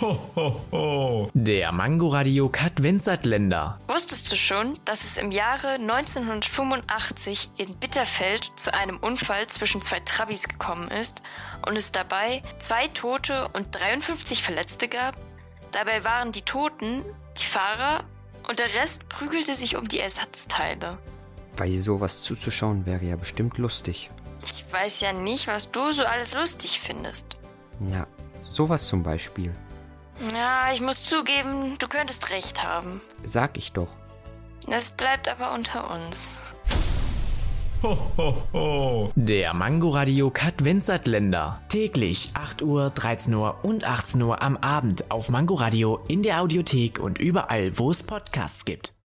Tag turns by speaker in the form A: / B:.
A: Ho, ho, ho. Der Mangoradiokat Kat Wenzert-Länder.
B: Wusstest du schon, dass es im Jahre 1985 in Bitterfeld zu einem Unfall zwischen zwei Trabis gekommen ist und es dabei zwei Tote und 53 Verletzte gab? Dabei waren die Toten die Fahrer und der Rest prügelte sich um die Ersatzteile.
C: Bei sowas zuzuschauen wäre ja bestimmt lustig.
B: Ich weiß ja nicht, was du so alles lustig findest.
C: Ja, sowas zum Beispiel.
B: Ja, ich muss zugeben, du könntest recht haben.
C: Sag ich doch.
B: Das bleibt aber unter uns.
A: Ho, ho, ho. Der Mangoradio Kat Wenzertländer.
D: Täglich 8 Uhr, 13 Uhr und 18 Uhr am Abend auf Mangoradio in der Audiothek und überall, wo es Podcasts gibt.